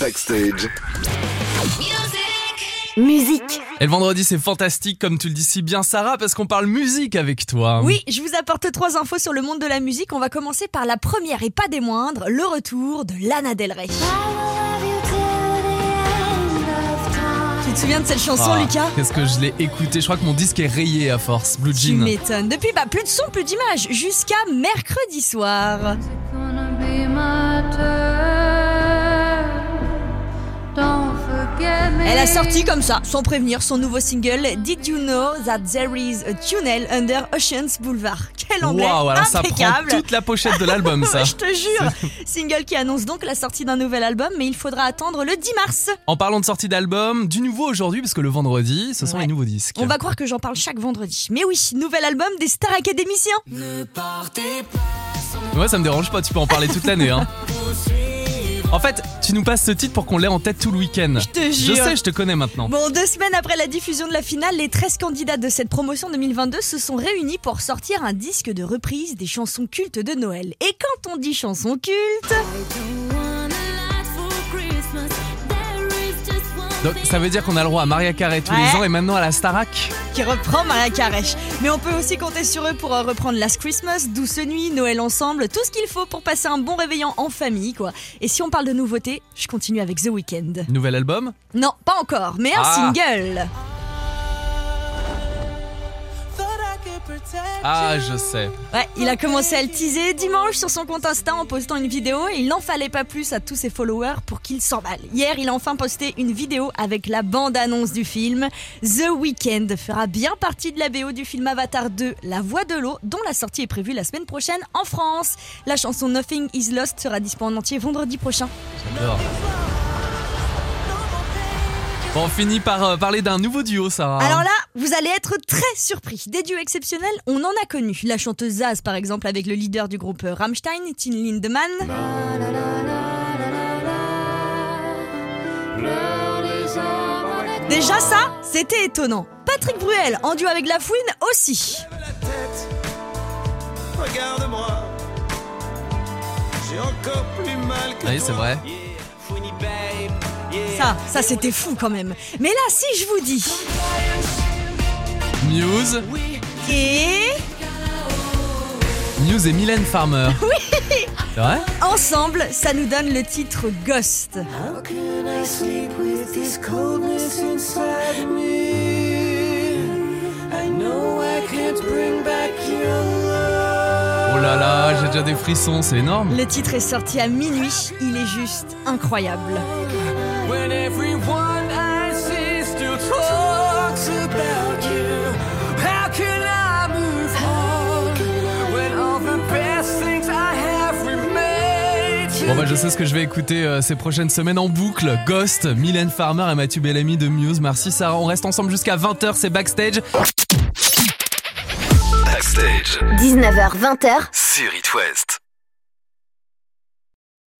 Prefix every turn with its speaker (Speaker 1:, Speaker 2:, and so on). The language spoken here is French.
Speaker 1: Backstage.
Speaker 2: Musique.
Speaker 3: Et le vendredi, c'est fantastique, comme tu le dis si bien, Sarah, parce qu'on parle musique avec toi.
Speaker 2: Oui, je vous apporte trois infos sur le monde de la musique. On va commencer par la première et pas des moindres, le retour de Lana Del Rey. Tu te souviens de cette chanson,
Speaker 3: Ah,
Speaker 2: Lucas
Speaker 3: Qu'est-ce que je l'ai écouté Je crois que mon disque est rayé à force. Blue
Speaker 2: Tu
Speaker 3: Jean.
Speaker 2: m'étonnes. Depuis, bah, plus de son, plus d'image, jusqu'à mercredi soir.
Speaker 4: Gonna be my turn. Don't forget me.
Speaker 2: Elle a sorti comme ça, sans prévenir, son nouveau single Did You Know That There Is a Tunnel Under Ocean's Boulevard. Quel anglais
Speaker 3: Waouh, alors ça prend
Speaker 2: impeccable
Speaker 3: toute la pochette de l'album, ça.
Speaker 2: Je te jure Single qui annonce donc la sortie d'un nouvel album, mais il faudra attendre le 10 mars.
Speaker 3: En parlant de sortie d'album, du nouveau aujourd'hui, parce que le vendredi, ce sont
Speaker 2: Ouais.
Speaker 3: les nouveaux disques.
Speaker 2: On va croire que j'en parle chaque vendredi. Mais oui, nouvel album des Star hein. Académiciens.
Speaker 3: Bah, Moi, ça me dérange pas, tu peux en parler toute l'année. Hein. En fait, tu nous passes ce titre pour qu'on l'ait en tête tout le week-end.
Speaker 2: Je te
Speaker 3: Je
Speaker 2: jure.
Speaker 3: sais, je te connais maintenant.
Speaker 2: Bon, deux semaines après la diffusion de la finale, les 13 candidats de cette promotion 2022 se sont réunis pour sortir un disque de reprise des chansons cultes de Noël. Et quand on dit chansons cultes,
Speaker 3: Donc, ça veut dire qu'on a le droit à Maria Carey tous les
Speaker 2: Ouais.
Speaker 3: ans et maintenant à la Starac.
Speaker 2: qui reprend Maria Carey. Mais on peut aussi compter sur eux pour euh, reprendre Last Christmas, Douce Nuit, Noël Ensemble, tout ce qu'il faut pour passer un bon réveillon en famille, quoi. Et si on parle de nouveautés, je continue avec The Weeknd.
Speaker 3: Nouvel album
Speaker 2: Non, pas encore, mais un
Speaker 3: Ah.
Speaker 2: single.
Speaker 3: Ah, je sais.
Speaker 2: Ouais, il a commencé à le teaser dimanche sur son compte Insta en postant une vidéo et il n'en fallait pas plus à tous ses followers pour qu'ils s'emballent. Hier, il a enfin posté une vidéo avec la bande-annonce du film. The Weeknd fera bien partie de la BO du film Avatar 2, La Voix de l'eau, dont la sortie est prévue la semaine prochaine en France. La chanson Nothing is Lost sera dispo en entier vendredi prochain.
Speaker 3: J'adore. Bon, on finit par euh, parler d'un nouveau duo, Sarah. hein.
Speaker 2: Alors là, vous allez être très surpris. Des duos exceptionnels, on en a connu. La chanteuse Zaz, par exemple, avec le leader du groupe euh, Rammstein, Tin Lindemann. Déjà ça, c'était étonnant. Patrick Bruel, en duo avec La Fouine aussi.
Speaker 5: Regarde-moi. J'ai encore plus mal que
Speaker 3: Oui, c'est vrai.
Speaker 2: Ça, ça c'était fou quand même. Mais là, si je vous dis...
Speaker 3: Muse.
Speaker 2: Et...
Speaker 3: Muse et Mylène Farmer. Oui C'est vrai
Speaker 2: Ensemble, ça nous donne le titre Ghost.
Speaker 3: Oh là là, j'ai déjà des frissons, c'est énorme.
Speaker 2: Le titre est sorti à minuit, il est juste incroyable.
Speaker 3: Bon bah je sais ce que je vais écouter euh, ces prochaines semaines en boucle. Ghost, Mylène Farmer et Mathieu Bellamy de Muse. Merci Sarah, on reste ensemble jusqu'à 20h, c'est backstage.
Speaker 1: Backstage.
Speaker 6: 19h20h
Speaker 1: Sur It West.